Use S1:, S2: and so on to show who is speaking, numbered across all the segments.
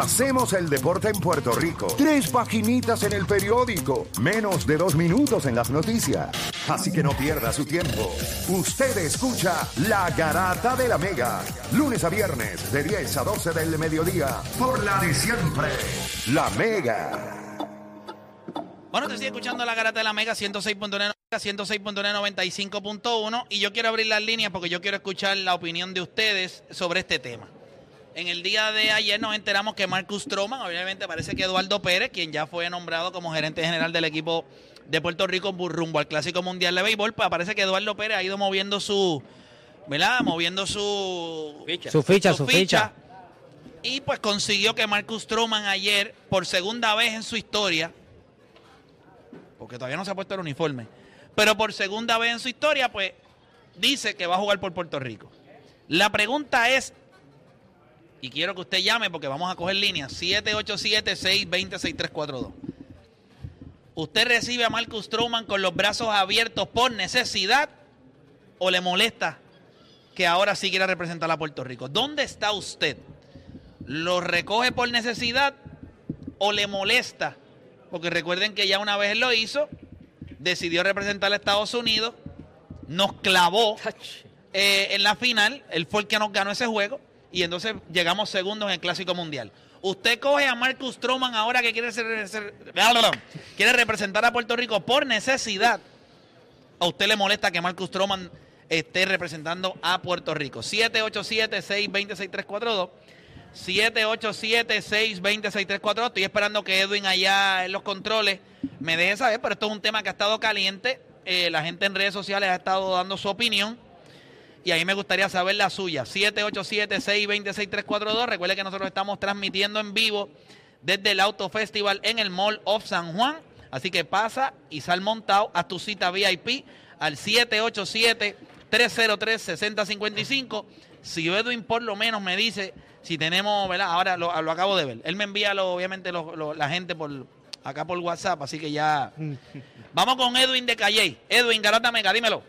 S1: repasemos el deporte en Puerto Rico. Tres paginitas en el periódico, menos de dos minutos en las noticias. Así que no pierda su tiempo. Usted escucha La Garata de la Mega, lunes a viernes de 10 a 12 del mediodía, por la de siempre, La Mega.
S2: Bueno, te estoy escuchando la garata de la Mega 106.9, 106.95.1 y yo quiero abrir las líneas porque yo quiero escuchar la opinión de ustedes sobre este tema. En el día de ayer nos enteramos que Marcus Stroman, obviamente parece que Eduardo Pérez, quien ya fue nombrado como gerente general del equipo de Puerto Rico rumbo al Clásico Mundial de Béisbol, pues parece que Eduardo Pérez ha ido moviendo su, ¿verdad? Moviendo su
S3: Ficha. Su ficha, su ficha.
S2: Y pues consiguió que Marcus Stroman ayer, por segunda vez en su historia, porque todavía no se ha puesto el uniforme, pero por segunda vez en su historia, pues dice que va a jugar por Puerto Rico. La pregunta es, y quiero que usted llame porque vamos a coger línea, 787-620-6342. ¿Usted recibe a Marcus Stroman con los brazos abiertos por necesidad o le molesta que ahora sí quiera representar a Puerto Rico? ¿Dónde está usted? ¿Lo recoge por necesidad o le molesta? Porque recuerden que ya una vez lo hizo, decidió representar a Estados Unidos, nos clavó eh, en la final, él fue el que nos ganó ese juego, y entonces llegamos segundos en el Clásico Mundial. Usted coge a Marcus Stroman ahora que quiere, ser- ser- quiere representar a Puerto Rico por necesidad. ¿A usted le molesta que Marcus Stroman esté representando a Puerto Rico? 787-620-6342. 787-620-6342. Estoy esperando que Edwin allá en los controles me deje saber, pero esto es un tema que ha estado caliente. Eh, la gente en redes sociales ha estado dando su opinión. Y a mí me gustaría saber la suya. 787-626-342. Recuerde que nosotros estamos transmitiendo en vivo desde el Auto Festival en el Mall of San Juan. Así que pasa y sal montado a tu cita VIP al 787-303-6055. Si Edwin por lo menos me dice si tenemos, ¿verdad? Ahora lo, lo acabo de ver. Él me envía, lo- obviamente, lo- lo- la gente por acá por WhatsApp. Así que ya. Vamos con Edwin de Calle. Edwin Garata Mega, dímelo.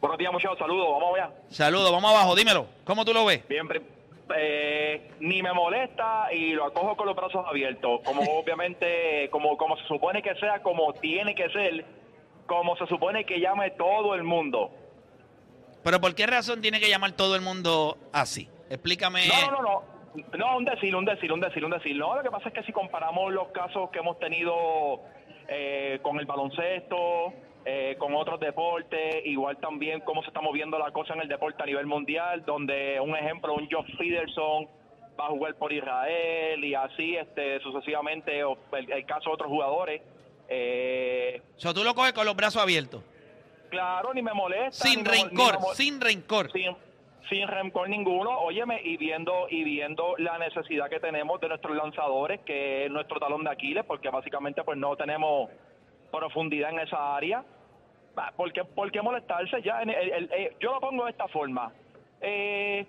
S4: Buenos días, muchachos. Saludos. Vamos allá.
S2: Saludos, vamos abajo, dímelo. ¿Cómo tú lo ves?
S4: Bien, pre- eh, ni me molesta y lo acojo con los brazos abiertos. Como obviamente, como, como se supone que sea, como tiene que ser, como se supone que llame todo el mundo.
S2: Pero ¿por qué razón tiene que llamar todo el mundo así? Explícame.
S4: No, no, no, no. No, un decir, un decir, un decir, un decir. No, lo que pasa es que si comparamos los casos que hemos tenido eh, con el baloncesto, eh, con otros deportes, igual también cómo se está moviendo la cosa en el deporte a nivel mundial, donde un ejemplo, un Josh Peterson va a jugar por Israel y así este sucesivamente, o el, el caso de otros jugadores. Eh,
S2: O sea, tú lo coges con los brazos abiertos.
S4: claro, ni me molesta.
S2: Sin
S4: ni me mol- ni
S2: rencor,
S4: me mol-
S2: sin rencor.
S4: sin, sin rencor ninguno, óyeme, y viendo, y viendo la necesidad que tenemos de nuestros lanzadores, que es nuestro talón de Aquiles, porque básicamente pues no tenemos profundidad en esa área. Ah, ¿Por qué, por qué molestarse? ya en el- el- el- Yo lo pongo de esta forma. Eh,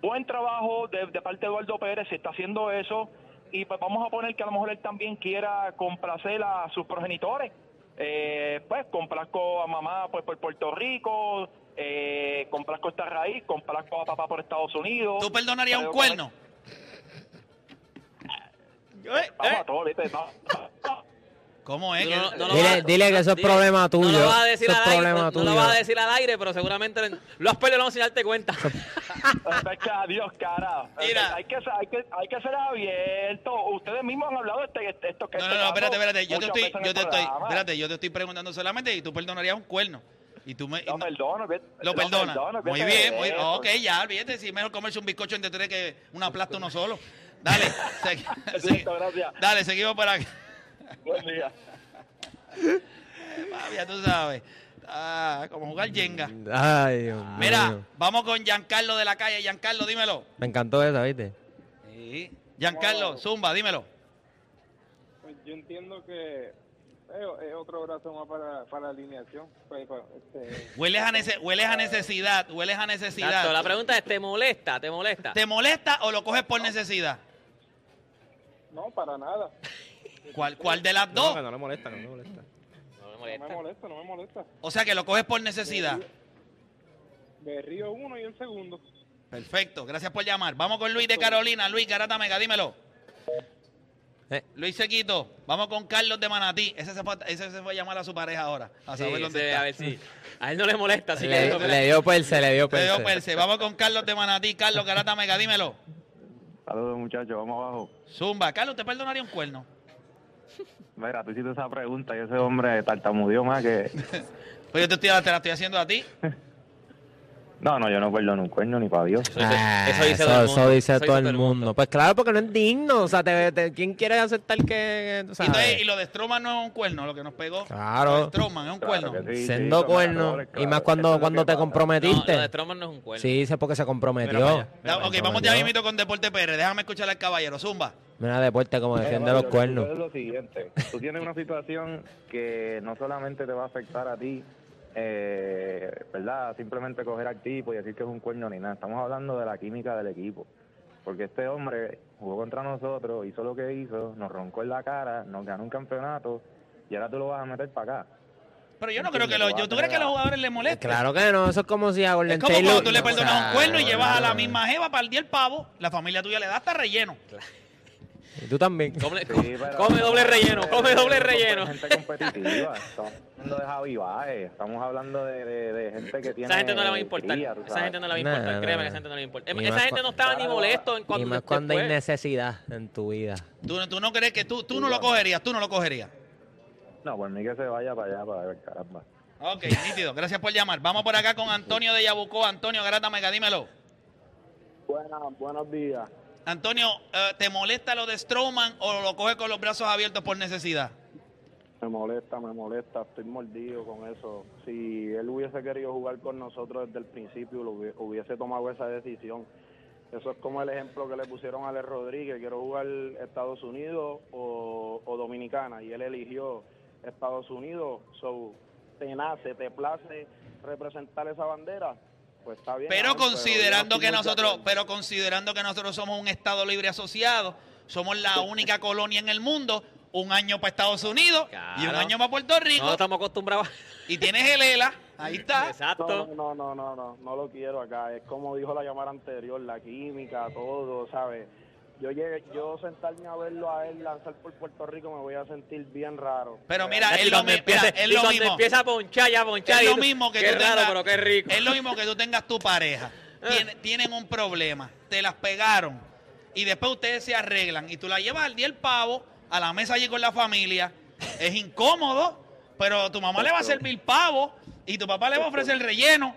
S4: buen trabajo de, de parte de Eduardo Pérez, si está haciendo eso, y pues vamos a poner que a lo mejor él también quiera complacer a sus progenitores. Eh, pues complazco a mamá pues por Puerto Rico, eh, complazco esta raíz, complazco a papá por Estados Unidos.
S2: ¿Tú perdonarías un
S4: Pero,
S2: cuerno? Eh,
S4: Vamos
S2: eh.
S4: a todo, ¿viste? Vamos.
S2: ¿Cómo es?
S3: No,
S2: que-
S3: Eh, no lo
S2: Dile-
S3: vas
S5: Dile,
S3: a-
S5: dile que eso es
S3: dile,
S5: problema
S3: No
S5: tuyo,
S3: lo vas a decir
S5: eso es
S3: al aire,
S5: problema
S3: no lo
S5: tuyo.
S3: vas a decir al aire, pero seguramente lo has perdido sin darte cuenta.
S4: Es que, Adiós, cara.
S2: Mira.
S4: Hay, que, ser- hay, que, hay que ser abierto. Ustedes mismos han hablado de este, este- esto que
S2: no,
S4: este
S2: no, no, espérate,
S4: caso
S2: espérate. Yo te
S4: muchas
S2: estoy,
S4: veces en
S2: yo
S4: el
S2: te estoy,
S4: programa.
S2: espérate, yo te estoy preguntando solamente y tú perdonarías un cuerno. Y tú me.
S4: Lo
S2: no-
S4: perdono. olvídate-
S2: lo perdonas.
S4: perdono,
S2: muy
S4: olvídate
S2: bien,
S4: de
S2: muy bien.
S4: eso.
S2: Ok, ya, olvídate. Si es mejor comerse un bizcocho entre tres que una plasta uno solo. Dale, segui- segui-
S4: gracias.
S2: dale, seguimos para acá.
S4: Buen día.
S2: Ah, ya tú sabes. Ah, como jugar Jenga.
S5: Ay, Dios
S2: Mira,
S5: mío.
S2: vamos con Giancarlo de la calle. Giancarlo, dímelo.
S5: Me encantó esa, ¿viste?
S2: Giancarlo, Zumba, dímelo.
S6: Pues yo entiendo que es es otro brazo más para, para la alineación. Pues, pues, este,
S2: Hueles a, nece- hueles a necesidad, hueles a necesidad.
S3: Exacto, la pregunta es, ¿te molesta? ¿Te molesta?
S2: ¿Te molesta o lo coges por necesidad?
S6: no, para nada.
S2: ¿Cuál, cuál de las dos?
S5: le molesta, no le molesta.
S3: No
S6: No
S3: me
S6: me
S3: molesta.
S6: molesta, no me molesta.
S2: O sea que lo coges por necesidad.
S6: De Río uno y el segundo.
S2: Perfecto, gracias por llamar. Vamos con Luis de Carolina. Luis Garata Mega, dímelo.
S5: Eh.
S2: Luis Sequito, vamos con Carlos de Manatí. Ese se, fue, ese se fue a llamar a su pareja ahora. A
S3: Sí,
S2: saber dónde
S3: sí,
S2: está.
S3: a ver si. A él no le molesta, así que.
S5: Le, le dio perse, le dio
S2: Te veo,
S5: perse.
S2: Perse. Vamos con Carlos de Manatí. Carlos Garata Mega, dímelo.
S7: Saludos muchachos, vamos abajo.
S2: Zumba. Carlos, ¿te perdonaría un cuerno?
S7: Mira, tú hiciste esa pregunta y ese hombre tartamudeó más que...
S2: Pues yo te, estoy, te la estoy haciendo a ti.
S7: No, no, yo no perdono un cuerno ni para Dios.
S3: Eso- eso dice todo
S5: Ah, eso,
S3: el mundo.
S5: eso dice
S3: Eso
S5: todo el mundo. Pues claro, porque no es digno. O sea, te- te- ¿quién quiere aceptar que.? tú
S2: Y, entonces,
S5: sabes?
S2: y lo de Stroman no es un cuerno, lo que nos pegó.
S5: Claro.
S2: Lo de Stroman es un
S7: Claro
S2: cuerno.
S7: que sí,
S5: Siendo
S7: sí, son
S5: cuerno.
S7: ganadores,
S5: y
S7: claro.
S5: más
S7: Eso
S5: cuando,
S7: es lo
S5: cuando
S7: que
S5: te
S7: pasa.
S5: comprometiste.
S3: No, lo de Stroman no es un cuerno.
S5: sí, dice porque se comprometió.
S3: Mira para allá,
S2: Da- ok, vamos ya
S5: comprometió.
S2: mismito con Deporte PR. Déjame escuchar al caballero. Zumba.
S5: Mira, deporte como defiende
S7: Mira,
S5: los
S7: lo que
S5: cuernos.
S7: sucede Es lo siguiente, tú tienes una situación que no solamente te va a afectar a ti, eh, ¿verdad? Simplemente coger al tipo y decir que es un cuerno ni nada. Estamos hablando de la química del equipo. Porque este hombre jugó contra nosotros, hizo lo que hizo, nos roncó en la cara, nos ganó un campeonato y ahora tú lo vas a meter para acá.
S2: Pero yo no creo
S7: Entiendo,
S2: que los.
S7: va
S2: Yo,
S7: a
S2: ¿Tú crees que a
S7: tener
S2: los
S7: a-
S2: jugadores les moleste?
S5: Claro que no, eso es como si a
S2: Es
S5: Golden
S2: como
S5: Taylor-
S2: cuando tú le
S5: o
S2: perdonas
S5: sea,
S2: un cuerno y
S5: no,
S2: llevas a la
S5: claro.
S2: misma jeva para el día el pavo. La familia tuya le da hasta relleno.
S5: Y tú también.
S3: Come,
S7: Sí, pero-
S3: come doble relleno, come doble relleno.
S7: pues, Gente competitiva. Estamos hablando de Javi Baez, estamos hablando de, de- de gente que tiene.
S3: Esa gente no le va a importar.
S7: cría, tú
S3: Esa
S7: sabes.
S3: gente no le va a
S5: Nah,
S3: importar,
S5: nah,
S3: créeme
S5: nah.
S3: que esa gente no le importa.
S5: Y
S3: Esa
S5: más
S3: gente no
S5: cua-
S3: estaba ni molesto en cuanto
S5: y más cuando hay
S3: después.
S5: necesidad en tu vida.
S2: Tú, tú no crees que tú, tú no lo cogerías. Tú no lo cogerías.
S7: No, por mí que se vaya para allá, para ver, caramba.
S2: Ok, nítido. Gracias por llamar. Vamos por acá con Antonio de Yabucó. Antonio Garata Mega, dímelo.
S8: Buenas, buenos días.
S2: Antonio, eh, ¿te molesta lo de Strowman o lo coges con los brazos abiertos por necesidad?
S8: Me molesta, me molesta, estoy mordido con eso. Si él hubiese querido jugar con nosotros desde el principio, lo hubie- hubiese tomado esa decisión. Eso es como el ejemplo que le pusieron a Alex Rodríguez, quiero jugar Estados Unidos o, o Dominicana, y él eligió Estados Unidos. So, te nace, te place representar esa bandera, pues está bien.
S2: Pero
S8: Alex, yo no
S2: considerando
S8: estoy
S2: que
S8: muy de
S2: nosotros,
S8: acuerdo.
S2: pero considerando que nosotros somos un estado libre asociado, somos la única colonia en el mundo, un año para Estados Unidos y un
S3: Claro.
S2: año para Puerto
S3: No
S2: Rico
S3: estamos acostumbrados.
S2: y tienes el ELA, ahí está.
S8: No,
S3: Exacto.
S8: no, no, no, no, no lo quiero acá. Es como dijo la llamada anterior, la química, todo, ¿sabes? Yo llegué, yo sentarme a verlo a él lanzar por Puerto Rico me voy a sentir bien raro.
S2: Pero
S8: Me
S2: mira,
S8: da-
S2: es
S3: Y
S2: lo,
S3: cuando
S2: mi- mira,
S3: empieza-
S2: es
S3: y
S2: lo
S3: cuando
S2: mismo.
S3: empieza a ponchar, ya a ponchar.
S2: Es
S3: y
S2: lo
S3: tú-
S2: mismo que
S3: qué
S2: tú
S3: raro,
S2: tengas-
S3: pero qué rico. Ah.
S2: Es lo mismo que tú tengas tu pareja. Tiene- tienen un problema, te las pegaron y después ustedes se arreglan y tú la llevas al día el pavo a la mesa allí con la familia. Es incómodo, pero tu mamá le va a servir pavo y tu papá le va a ofrecer relleno.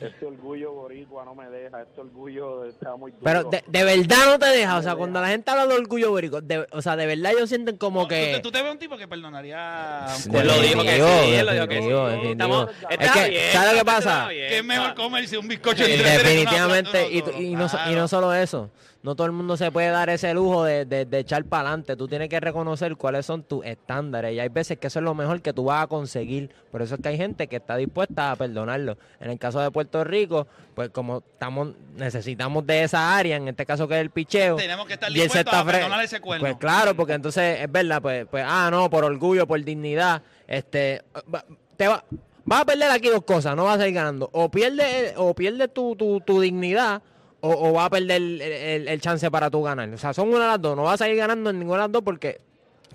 S8: Este orgullo boricua no me deja, este orgullo está muy duro.
S5: Pero de, de verdad no te deja. O sea, cuando la gente habla de orgullo bórico, de- o sea, de verdad ellos sienten como
S2: No, tú te-
S5: que.
S2: Tú, te ves un tipo que perdonaría. a un
S3: Él Pues lo dijo que sí, él lo dijo que sí.
S5: definitivo, definitivo.
S3: Estamos-
S5: Es
S3: está
S5: que,
S3: bien,
S5: ¿sabes lo que
S3: está
S5: pasa?
S3: bien,
S2: Que es mejor
S3: está-
S2: comerse un bizcocho
S5: Sí,
S2: entre tres que una
S5: definitivamente,
S2: plata,
S5: y,
S2: todo, todo,
S5: y no, so- y
S2: claro.
S5: no solo eso, no todo el mundo se puede dar ese lujo de, de- de echar para adelante, tú tienes que reconocer cuáles son tus estándares y hay veces que eso es lo mejor que tú vas a conseguir, por eso es que hay gente que está dispuesta a perdonarlo. En el caso de Puerto Rico, pues como estamos necesitamos de esa área, en este caso que es el picheo,
S2: Tenemos que estar
S5: y él se
S2: dispuestos a
S5: está fre-
S2: perdonar ese cuerno.
S5: Pues claro, porque entonces es verdad, pues, pues ah, no, por orgullo, por dignidad, este, va- te va, vas a perder aquí dos cosas, no vas a ir ganando. O pierdes o pierde tu, tu, tu dignidad o, o vas a perder el, el- el chance para tú ganar. O sea, son una de las dos, no vas a ir ganando en ninguna de las dos porque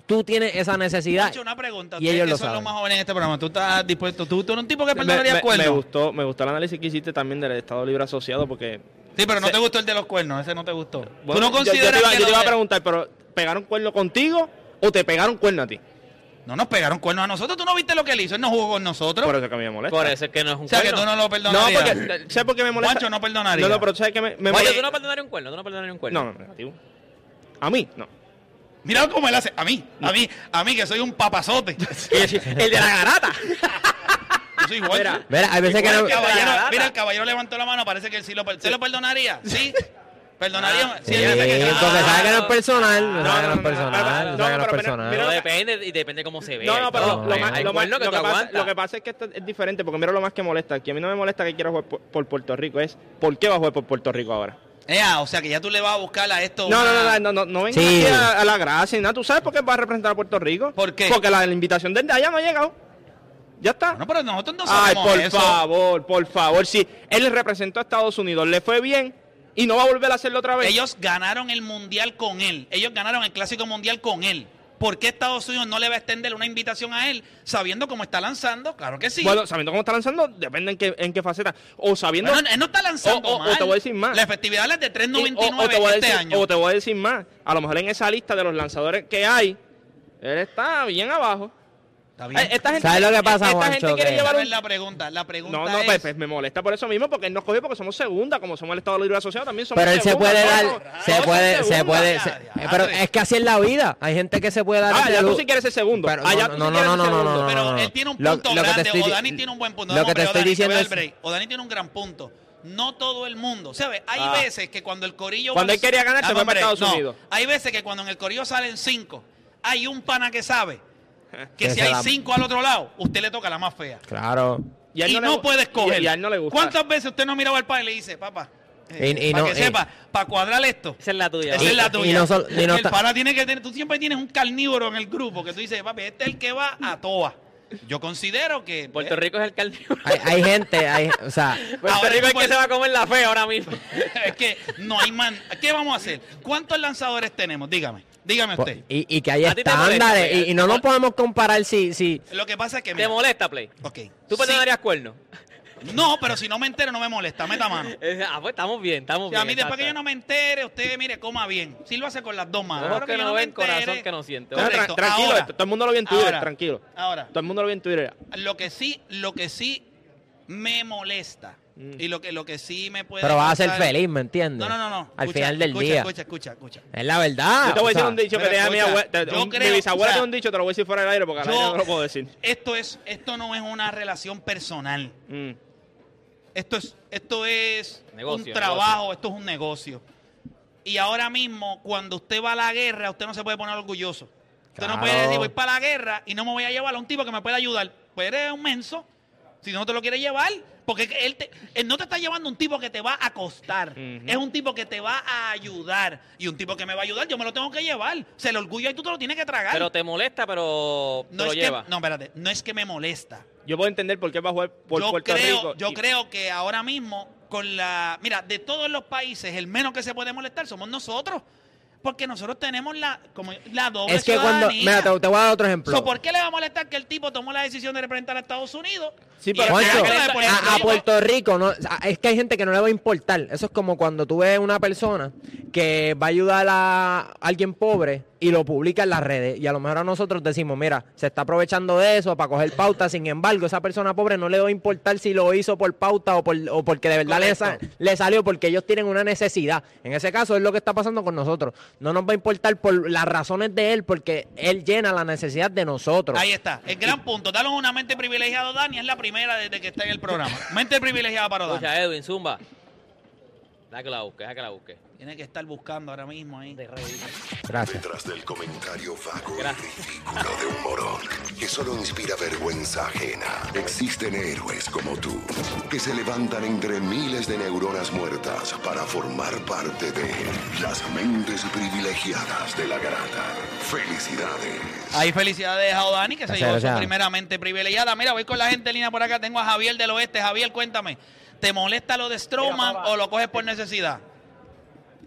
S5: tú tienes esa necesidad.
S2: Pancho, una pregunta.
S5: Y
S2: ustedes
S5: ellos
S2: que
S5: lo
S2: son los
S5: saben.
S2: más jóvenes en este programa. ¿Tú estás dispuesto? ¿Tú, tú eres un tipo que
S9: me,
S2: perdonaría
S9: me- me
S2: cuernos?
S9: gustó, me gustó el análisis que hiciste también del Estado Libre Asociado porque...
S2: Sí, pero no
S9: Se-
S2: te gustó el de los cuernos. Ese no te gustó. ¿Tú
S9: bueno,
S2: no
S9: yo- yo te
S2: consideras
S9: iba-
S2: que
S9: yo te
S2: lo
S9: iba a
S2: de-
S9: preguntar, pero ¿pegaron cuerno contigo o te pegaron cuerno a ti?
S2: No nos pegaron cuernos a nosotros. ¿Tú no viste lo que él hizo? Él no jugó con nosotros.
S9: Por eso que a mí me molesta.
S3: Por eso es que no es un
S2: o sea, que
S3: cuerno.
S2: tú no lo
S9: no,
S2: perdonarías.
S9: porque... ¿Sabes por qué me molesta?
S2: Pancho, no perdonaría.
S9: No, no, pero ¿sabes qué me, me
S3: Oye,
S9: molesta?
S3: tú no perdonarías un cuerno, tú no perdonarías un cuerno.
S9: No, no, negativo. A mí, no.
S2: Mira cómo él hace. A mí, a mí, a mí que soy un papazote.
S3: Y yo decía, el de la garata.
S2: Yo soy igual.
S9: Mira,
S5: Mira, hay veces que
S2: Mira,
S5: no...
S2: el caballero,
S3: Barata.
S2: mira, el caballero levantó la mano, parece que él sí lo, per- ¿se lo perdonaría. Sí, perdonaría.
S3: Ah,
S5: Sí,
S2: sí, yo sé que-
S5: porque
S2: Ah,
S5: sabe que no es personal,
S3: No,
S5: sabe que no
S9: no,
S5: es
S9: no, no,
S5: personal, sabe que no
S9: no,
S5: es
S9: pero
S5: personal.
S9: mira
S3: No
S9: lo-
S3: depende y depende cómo se ve.
S9: No, no, pero
S5: todo.
S9: lo,
S5: Hay-
S9: más,
S3: hay
S9: lo, más-
S3: cuernos que
S9: lo
S3: te
S9: que pasa,
S3: aguantan.
S9: lo que pasa es que esto es diferente, porque mira lo más que molesta, que a mí no me molesta que quiera jugar por, por Puerto Rico, es ¿por qué va a jugar por Puerto Rico ahora?
S2: Ea, o sea que ya tú le vas a buscar a esto.
S9: No, no,
S2: una-
S9: no, no, no, no vengas
S5: Sí.
S9: aquí a, a la gracia, ni nada. ¿Tú sabes por qué va a representar a Puerto Rico?
S2: ¿Por qué?
S9: Porque la, la invitación desde allá no ha llegado. Ya está.
S2: No, pero nosotros pues no
S9: Ay,
S2: sabemos
S9: por
S2: eso.
S9: favor, por favor. Si él representó a Estados Unidos, le fue bien, y no va a volver a hacerlo otra vez.
S2: Ellos ganaron el mundial con él. Ellos ganaron el clásico mundial con él. ¿Por qué Estados Unidos no le va a extender una invitación a él sabiendo cómo está lanzando? Claro que sí.
S9: Bueno, sabiendo cómo está lanzando, depende en qué, en qué faceta. O sabiendo.
S2: Bueno, él no está lanzando
S9: O- o- o
S2: mal.
S9: te voy a decir más.
S2: La efectividad es de
S9: Y- o, o
S2: 3.99
S9: te voy a
S2: este
S9: decir,
S2: año.
S9: o te voy a decir más. A lo mejor en esa lista de los lanzadores que hay, él está bien abajo.
S2: Está bien.
S9: Eh, Esta gente,
S5: ¿Sabes lo que pasa,
S9: esta
S5: Juancho?
S9: gente quiere
S5: Que-
S9: llevar
S2: ¿Sabes
S9: un-
S2: la pregunta? La pregunta
S9: No, no,
S2: es...
S9: pues, pues, me molesta por eso mismo, porque él nos cogió porque somos segunda, como somos el Estado Libre Asociado, también somos
S5: Pero él se
S9: segunda,
S5: puede
S9: no,
S5: dar,
S9: no,
S5: se
S9: no,
S5: puede,
S9: somos
S5: se
S9: segunda.
S5: puede,
S2: ya,
S5: se-
S2: ya,
S5: pero
S2: madre.
S5: es que así es la vida. Hay gente que se puede dar.
S9: Ah,
S5: ese
S9: ya tú
S5: lujo.
S9: sí quieres ser segundo.
S5: Pero-
S9: Ah, ya
S5: no,
S9: tú sí
S5: no, no,
S9: quieres
S5: no,
S9: ser
S5: no, no,
S9: segundo.
S5: no, no,
S2: Pero
S5: no, no.
S2: él tiene un
S5: Lo-
S2: punto
S5: lo que te
S2: grande.
S5: estoy
S2: o
S5: di-
S2: Dani tiene un buen punto.
S5: Lo
S2: No,
S5: que te
S2: pero
S5: estoy
S2: Dani, voy
S5: diciendo
S2: a dar
S5: es-
S2: break. O Dani tiene un gran punto. No todo el mundo. ¿Sabes? Hay
S9: Ah.
S2: veces que cuando el corillo...
S9: Cuando él quería ganar, se
S2: Dame
S9: fue
S2: un
S9: para
S2: break.
S9: Estados Unidos.
S2: Hay veces que cuando en el corillo salen cinco, hay un pana que sabe que
S5: Que
S2: si
S5: se
S2: hay
S5: la-
S2: cinco al otro lado, usted le toca la más fea.
S5: Claro.
S9: Y a él
S2: y no,
S9: le gu-
S2: puede escoger.
S9: Y, y a él no le gusta.
S2: ¿Cuántas veces usted no ha mirado al padre y le dice, papá,
S5: Y- y
S2: para
S5: no-
S2: que
S5: y-
S2: sepa, para cuadrar esto?
S3: Esa es la tuya.
S2: Esa
S3: ¿vale?
S2: es la
S5: y
S2: tuya.
S5: no sol- y no
S2: el
S5: ta-
S2: pana tiene que tener, tú siempre tienes un carnívoro en el grupo que tú dices, papi, este es el que va a toa. Yo considero que
S3: Puerto
S2: eh,
S3: Rico es el carnívoro.
S5: Hay, hay gente, hay, o sea,
S3: Puerto
S2: Ahora
S3: Rico es
S2: tú puedes-
S3: que se va a comer la fe ahora mismo.
S2: es que no hay man. ¿Qué vamos a hacer? ¿Cuántos lanzadores tenemos? Dígame, dígame
S5: po-
S3: Pues-
S2: usted.
S5: y, y que hay
S3: A ti te molesta,
S5: estándares
S3: Miguel.
S5: y, y no nos podemos comparar si, si
S2: Lo que pasa es que
S3: ¿Te
S2: mira,
S3: molesta, Play?
S2: ok,
S3: ¿Tú
S2: sí,
S3: perdonarías cuernos?
S2: No, pero si no me entero no me molesta, meta mano.
S3: Eh, Ah, pues estamos bien, estamos
S2: O sea,
S3: bien.
S2: a mí después
S3: exacto.
S2: que yo no me entere, usted mire, coma bien. Sí lo hace con las dos manos.
S3: Ojos
S2: Ahora
S3: que
S2: yo
S3: no ven,
S2: me entere-
S3: corazón que no siente.
S9: No, tra-
S2: Correcto.
S9: tranquilo,
S2: Ahora,
S9: esto- todo el mundo lo vio en Twitter,
S2: ahora,
S9: tranquilo.
S2: Ahora,
S9: Todo el mundo lo vio en Twitter.
S2: lo que sí, lo que sí me molesta
S9: Mm.
S2: y lo que lo que sí me puede
S5: pero vas a ser
S2: causar-
S5: feliz, ¿me entiendes?
S2: No, no, no, no.
S5: Al
S2: Escucha,
S5: final del
S2: escucha,
S5: día.
S2: Escucha, escucha, escucha.
S5: Es la verdad.
S9: yo te voy a
S5: Ah, o
S9: decir
S5: sea,
S9: un dicho que
S2: pero
S9: tenía mi
S2: escucha,
S9: abuela. te-
S2: yo
S9: un- Mi
S2: creo,
S9: bisabuela
S2: o sea,
S9: tiene un dicho, te lo voy a decir fuera del aire porque al aire
S2: Yo-
S9: no lo puedo decir.
S2: Esto es esto no es una relación personal.
S9: Mm.
S2: Esto es, esto es
S3: Negocio,
S2: un
S3: negocio.
S2: trabajo, esto es un negocio. Y ahora mismo, cuando usted va a la guerra, usted no se puede poner orgulloso. Usted no
S5: Claro.
S2: puede decir, voy para la guerra y no me voy a llevar a un tipo que me pueda ayudar. Pues eres un menso. Si no te lo quiere llevar, porque es que él, te- él no te está llevando un tipo que te va a costar.
S9: Ujú.
S2: Es un tipo que te va a ayudar. Y un tipo que me va a ayudar, yo me lo tengo que llevar. O sea, el orgullo ahí tú te lo tienes que tragar.
S3: Pero te molesta, pero te
S2: no,
S3: lo
S2: es que,
S3: lleva.
S2: no, espérate, no es que me molesta
S9: Yo puedo entender por qué va a jugar por
S2: yo
S9: Puerto
S2: creo,
S9: Rico.
S2: Yo
S9: y-
S2: creo que ahora mismo, con la. Mira, de todos los países, el menos que se puede molestar somos nosotros. Porque nosotros tenemos la, como, la doble
S5: Es que cuando.
S2: ciudadanía.
S5: Mira, te, te voy a dar otro ejemplo.
S2: So, ¿Por qué le va a molestar que el tipo tomó la decisión de representar a Estados Unidos?
S9: Sí,
S2: Y
S9: pero-
S2: el
S5: Juancho,
S2: que la
S5: a, a
S2: representó-
S5: Puerto Rico, no, a- es que hay gente que no le va a importar. Eso es como cuando tú ves una persona que va a ayudar a alguien pobre y lo publica en las redes. Y a lo mejor a nosotros decimos, mira, se está aprovechando de eso para coger pauta. Sin embargo, esa persona pobre no le va a importar si lo hizo por pauta o, por, o porque de verdad le, sa-
S2: Correcto.
S5: le salió, porque ellos tienen una necesidad. En ese caso es lo que está pasando con nosotros. No nos va a importar por las razones de él, porque él llena la necesidad de nosotros.
S2: Ahí está, el gran punto. Dale una mente privilegiada, a Dani. Es la primera desde que está en el programa. Mente privilegiada para Dani.
S3: Escucha, Edwin, zumba. Deja que la busque, deja que la busque.
S2: Tiene que estar buscando ahora mismo ahí.
S5: Gracias.
S1: Detrás del comentario vago
S3: Gracias.
S1: y ridículo de un morón que solo inspira vergüenza ajena. Existen héroes como tú que se levantan entre miles de neuronas muertas para formar parte de las mentes privilegiadas de la garata. Felicidades.
S2: Ahí felicidades a Dani que se
S5: Gracias,
S2: llevó su
S5: gracias.
S2: primeramente privilegiada. Mira, voy con la gente en línea por acá. Tengo a Javier del Oeste. Javier, cuéntame. ¿Te molesta lo de Strowman
S10: Mira, papá.
S2: o lo coges por necesidad?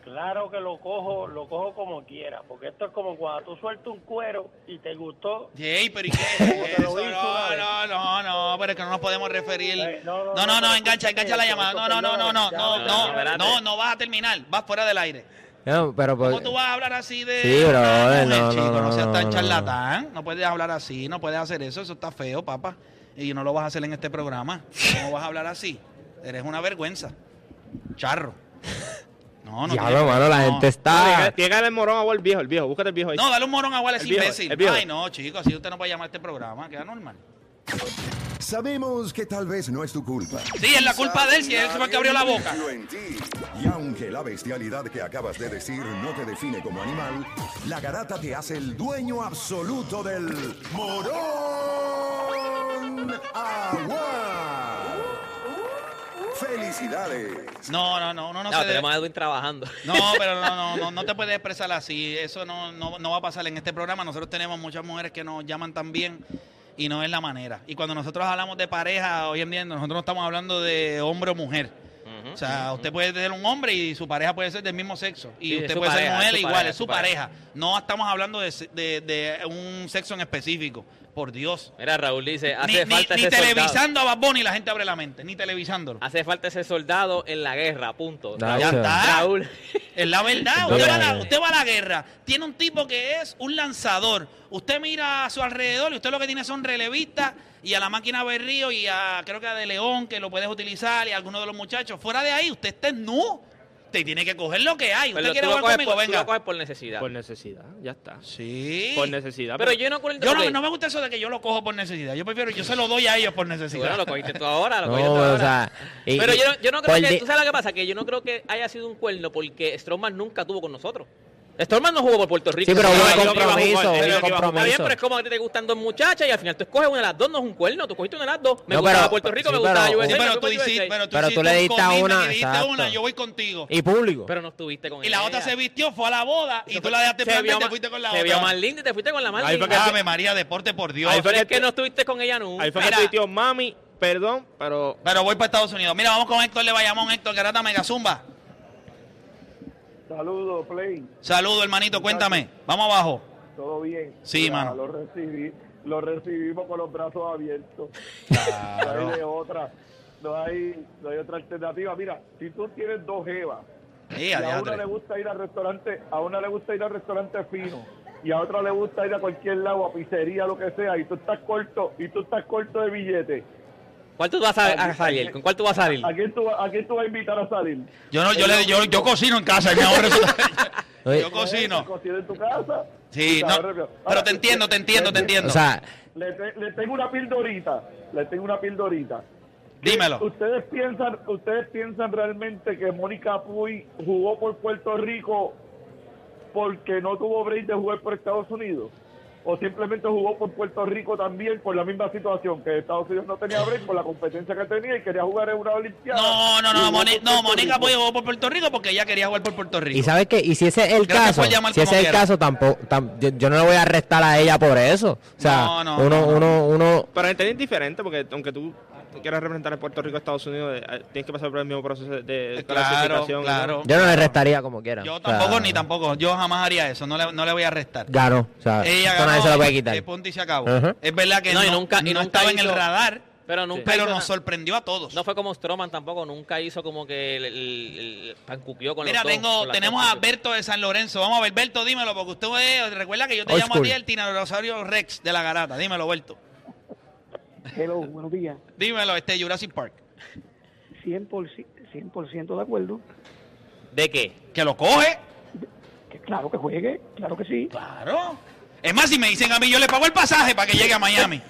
S10: Claro que lo cojo, lo cojo como quiera, porque esto es como cuando tú sueltas un cuero y te gustó.
S2: Jey, pero ¿y qué es
S10: Te lo
S2: eso?
S10: hizo una
S2: No,
S10: vez.
S2: no, no, no, pero es que no nos podemos referir.
S10: Eh,
S2: No,
S10: no,
S2: no,
S10: no,
S2: no,
S10: no, no,
S2: engancha, engancha la llamada. No, no, no, no, no, no, no, no,
S3: espérate.
S2: no, no vas a terminar. Vas fuera del aire.
S5: No, pero por-
S2: ¿Cómo tú vas a hablar así de
S5: Pues, Sí,
S2: una
S5: brother,
S2: mujer,
S5: no,
S2: chico? No,
S5: no, no,
S2: seas
S5: no,
S2: tan
S5: no, no.
S2: charlatán. No puedes hablar así, no puedes hacer eso. Eso está feo, papá. Y no lo vas a hacer en este programa. ¿Cómo vas a hablar así? Eres una vergüenza. Charro. No, no.
S5: Diablo,
S2: tienes-
S5: mano, la
S2: no.
S5: gente
S9: Tiene
S5: está.
S9: que- tiene que darle el morón a Wall, el viejo, el viejo. Búscate el viejo ahí.
S2: No, dale un morón a Wall, es
S9: El viejo,
S2: imbécil.
S9: el viejo.
S2: Ay, no, chicos, así usted no puede llamar a este programa. Queda normal.
S1: Sabemos que tal vez no es tu culpa.
S2: Sí, es la culpa de él, si él fue el que abrió la boca.
S1: En ti. Y aunque la bestialidad que acabas de decir no te define como animal, la garata te hace el dueño absoluto del morón agua. ¡Felicidades!
S2: No, no, no, uno no,
S3: No,
S2: se debe-
S3: tenemos a Edwin trabajando.
S2: No, pero no, no, no, no te puedes expresar así. Eso no, no, no va a pasar en este programa. Nosotros tenemos muchas mujeres que nos llaman también y no es la manera. Y cuando nosotros hablamos de pareja, hoy en día nosotros no estamos hablando de hombre o mujer. O sea, usted puede ser un hombre y su pareja puede ser del mismo sexo. Y
S3: Sí, es
S2: usted
S3: su
S2: puede
S3: pareja,
S2: ser
S3: es
S2: mujer
S3: su
S2: igual,
S3: pareja,
S2: es
S3: es
S2: su
S3: su
S2: pareja. No estamos hablando de, de- de un sexo en específico, por Dios.
S3: Mira, Raúl dice,
S2: Ni,
S3: hace
S2: ni-
S3: falta
S2: ni
S3: ese soldado.
S2: televisando a Bad Bunny la gente abre la mente, ni televisándolo.
S3: Hace falta ese soldado en la guerra, punto.
S5: No,
S3: Raúl-
S5: ya está.
S3: Raúl.
S2: Es la verdad.
S5: No,
S2: Usted va a
S5: no,
S2: la,
S5: no.
S2: usted va a la guerra. Tiene un tipo que es un lanzador. Usted mira a su alrededor y usted lo que tiene son relevistas y a la máquina Berrío y a creo que a De León que lo puedes utilizar y a alguno de los muchachos. Fuera de ahí, usted está nu. Usted tiene que coger lo que hay.
S3: Pero
S2: Usted
S3: tú
S2: quiere
S3: lo
S2: jugar
S3: coges
S2: conmigo,
S3: por- tú
S2: venga.
S3: lo coges por necesidad.
S9: Por necesidad, ya está.
S2: Sí.
S9: Por necesidad.
S3: Pero yo no acuerdo-
S2: Yo no,
S3: ok.
S2: no me gusta eso de que yo lo cojo por necesidad. Yo prefiero, yo se lo doy a ellos por
S3: Bueno,
S2: necesidad.
S3: lo cogiste tú ahora, lo
S5: No,
S3: cogiste tú
S5: o
S3: ahora.
S5: sea, y-
S3: Pero
S5: Eh, y-
S3: yo, no- yo no creo
S5: por
S3: que.
S5: di-
S3: ¿Tú sabes lo que pasa? Que yo no creo que haya sido un cuerno porque Stroman nunca tuvo con nosotros. Stroman no jugó por Puerto Rico.
S5: Sí, pero
S3: Eso
S5: hubo
S3: es
S5: un
S3: lo que iba a jugar.
S5: compromiso,
S3: Eso es lo
S5: hubo
S3: que iba a jugar. Está bien,
S5: compromiso.
S3: pero es como a ti te gustan dos muchachas y al final tú escoges una de las dos, no es un cuerno. Tú cogiste una de las dos. Me
S5: No,
S3: gustaba
S5: pero-
S3: Puerto Rico,
S5: sí,
S3: me gustaba
S5: pero-
S3: USA.
S2: Sí,
S3: me
S2: pero
S3: fui
S2: tú
S3: por
S2: hiciste,
S3: USA.
S2: pero tú,
S5: Pero tú
S2: hiciste
S5: le
S2: un
S5: diste a
S2: commitment
S5: una,
S2: y dijiste
S5: exacto.
S2: una, yo voy contigo.
S5: Y público.
S3: Pero no estuviste con
S2: Y la
S3: ella.
S2: otra se vistió, fue a la boda y
S3: Eso
S2: tú
S3: fue-
S2: la dejaste
S3: se
S2: plantada
S3: vio
S2: y te
S3: ma-
S2: fuiste con la
S3: se
S2: otra.
S3: vio más linda y te fuiste con la más
S9: Ahí fue
S3: linda.
S2: Ave María, deporte por Dios.
S9: Ahí fue
S3: Pero es que no estuviste con ella nunca.
S9: Ahí fue que
S2: Mira.
S9: tuiteó, mami, perdón, pero
S2: Pero voy para Estados Unidos. Mira, vamos con Héctor Le Bayamón, Héctor Garata Megazumba.
S8: Saludos, Play.
S2: Saludo, hermanito, cuéntame. Vamos abajo.
S8: ¿Todo bien?
S2: Sí, mano.
S8: Lo, recibí, lo recibimos con los brazos abiertos. No hay de
S2: Claro.
S8: otra. No hay, no hay otra alternativa. Mira, si tú tienes dos jevas
S2: Sí,
S8: y a una
S2: adiantre.
S8: le gusta ir al restaurante, a una le gusta ir al restaurante fino y a otra le gusta ir a cualquier lado, a pizzería, lo que sea, y tú estás corto, y tú estás corto de billete.
S3: ¿Cuál tú vas a, a salir? ¿Con cuál tú vas a salir?
S8: ¿A quién tú, a quién tú vas a invitar a salir?
S2: Yo, no, yo, le, yo, yo cocino en casa, y me ahorro eso.
S5: Oye,
S2: Yo cocino.
S8: Cocina ¿Eh? en tu casa.
S2: Sí,
S8: Y te
S2: no,
S8: ahorras-
S2: pero
S8: Ahora,
S2: te entiendo, te entiendo, te entiendo.
S5: o sea,
S8: Le, te- le tengo una pildorita, le tengo una pildorita.
S2: Dímelo.
S8: ¿Ustedes piensan, ustedes piensan realmente que Mónica Puy jugó por Puerto Rico porque no tuvo break de jugar por Estados Unidos? ¿O simplemente jugó por Puerto Rico también por la misma situación? Que Estados Unidos no tenía break por la competencia que tenía y quería jugar en una Olimpiada.
S2: No, no,
S8: Y
S2: no,
S8: jugó
S2: Moni-
S8: por
S2: no,
S8: Puerto
S2: Mónica
S8: Rico.
S2: puede jugar por Puerto Rico porque ella quería jugar por Puerto
S5: y
S2: Rico.
S5: sabes que, y si ese es el
S2: Gracias
S5: caso,
S2: por llamar
S5: si ese
S2: como
S5: es el
S2: quiera.
S5: caso, tampoco, tam- yo, yo no le voy a restar a ella por eso. O sea,
S2: No, no,
S5: uno,
S2: no, no.
S5: uno, uno,
S9: Pero en tenis es diferente, porque aunque tú quieras representar a Puerto Rico a Estados Unidos, eh, tienes que pasar por el mismo proceso de- de
S2: Eh, Claro,
S9: clasificación.
S2: claro.
S5: yo no le restaría como quiera.
S2: Yo
S5: O sea,
S2: tampoco, ni tampoco. Yo jamás haría eso. No le, no le voy a restar.
S5: Ganó, o sea,
S2: Ella
S5: eso Ah, nadie
S2: ganó.
S5: se lo puede quitar.
S2: eh, punto y se acabó.
S5: Ajá.
S2: Es verdad que no,
S3: No, y nunca- y nunca
S2: no estaba en
S3: hizo-
S2: el radar,
S3: Pero nunca
S2: pero
S3: hizo
S2: nos
S3: na-
S2: sorprendió a todos.
S3: No fue como Stroman tampoco, nunca hizo como que el, el, el pancupió con
S2: Mira,
S3: los dos,
S2: tengo,
S3: con las
S2: tenemos
S3: dos
S2: a
S3: cosas.
S2: Berto de San Lorenzo. Vamos a ver, Berto, dímelo, porque usted es- recuerda que yo te
S5: Old
S2: llamo
S5: school.
S2: a ti el tiranosaurio Rex de la garata. Dímelo, Berto.
S11: Hello, buenos días.
S2: Dímelo, este Jurassic Park.
S11: 100%, 100 de acuerdo.
S3: ¿De qué?
S2: Que lo coge.
S11: Que claro que juegue, claro que sí.
S2: Claro. Es más, si me dicen a mí, yo le pago el pasaje para que llegue a Miami.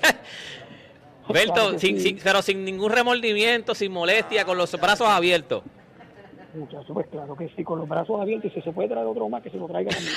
S3: Berto,
S11: Claro que
S3: sin-
S11: sí.
S3: sin- pero sin ningún remordimiento, sin molestia, con los brazos abiertos.
S11: Muchachos, pues claro que sí, con los brazos abiertos. Y si se puede traer otro más, que se lo traiga también.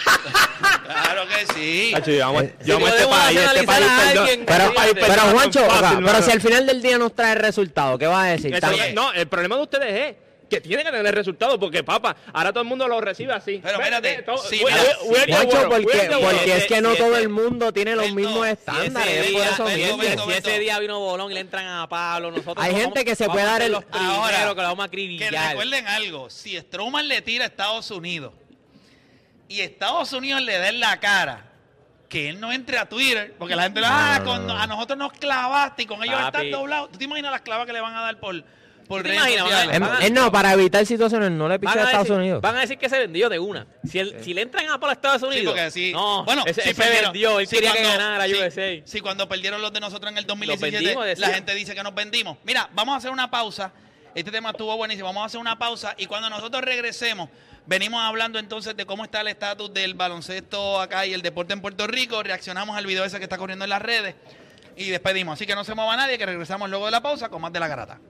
S2: claro que sí.
S9: Cacho, yo amo,
S5: Eh,
S9: yo amo
S3: si
S9: este
S3: podemos
S9: país, este
S3: analizar
S9: país,
S3: a
S9: perdón,
S3: alguien,
S9: este
S5: Pero,
S3: Fíjate.
S9: país,
S5: pero
S9: perdón, tan
S5: Juancho,
S9: fácil,
S5: o sea, pero
S9: mano.
S5: si al final del día nos trae el resultado, ¿qué vas a decir?
S9: Eso-
S5: También-
S9: no, el problema de ustedes es que tienen que tener resultados, porque papá, ahora todo el mundo lo recibe así.
S2: Pero
S9: Ve,
S2: espérate,
S9: ve, todo-
S2: sí,
S9: we-
S2: mira,
S9: we- we're the
S5: Juancho,
S9: world,
S5: porque,
S9: we're the
S5: porque
S9: world.
S5: es que no
S3: si
S5: todo
S3: ese-
S5: el mundo tiene los
S2: Berto,
S5: mismos
S2: si ese
S5: estándares. es
S2: día-
S5: por eso
S2: Berto,
S5: mismo.
S2: Berto,
S3: Si ese día vino Bolón y le entran a Pablo, nosotros
S5: Hay
S3: vamos-
S5: gente que se
S3: vamos
S5: puede
S3: a
S5: dar
S3: ser
S5: el-
S3: los primeros
S2: Ahora,
S3: que lo vamos a
S2: Que
S3: acribillar.
S2: recuerden algo, si Stroman le tira a Estados Unidos y Estados Unidos le da en la cara, que él no entre a Twitter, porque la gente le ah,
S5: No, no,
S2: con-
S5: no.
S2: a nosotros nos clavaste y con ellos
S3: Papi.
S2: están doblados. ¿Tú te imaginas las clavas que le van a dar por, por
S3: ¿Tú te
S2: redes
S3: imaginas?
S2: sociales?
S3: Van a-
S5: Eh, eh, no, para evitar situaciones no le
S3: Van
S5: piches
S3: a,
S5: a
S3: decir,
S5: Estados Unidos.
S3: van a decir que se vendió de una. Si, el- si le entran a Pablo a Estados
S2: Sí,
S3: Unidos.
S2: porque sí.
S3: No,
S2: bueno,
S3: ese,
S2: sí
S3: ese
S2: perdieron.
S3: vendió. Él
S2: Sí,
S3: quería que
S2: cuando-
S3: ganara
S2: sí,
S3: USA.
S2: Sí, cuando perdieron los de nosotros en el 2017,
S3: vendimos,
S2: la
S3: decía.
S2: gente dice que nos vendimos. Mira, vamos a hacer una pausa. Este tema estuvo buenísimo. Vamos a hacer una pausa y cuando nosotros regresemos, venimos hablando entonces de cómo está el estatus del baloncesto acá y el deporte en Puerto Rico. Reaccionamos al video ese que está corriendo en las redes y despedimos. Así que no se mueva nadie, que regresamos luego de la pausa con más de la garata.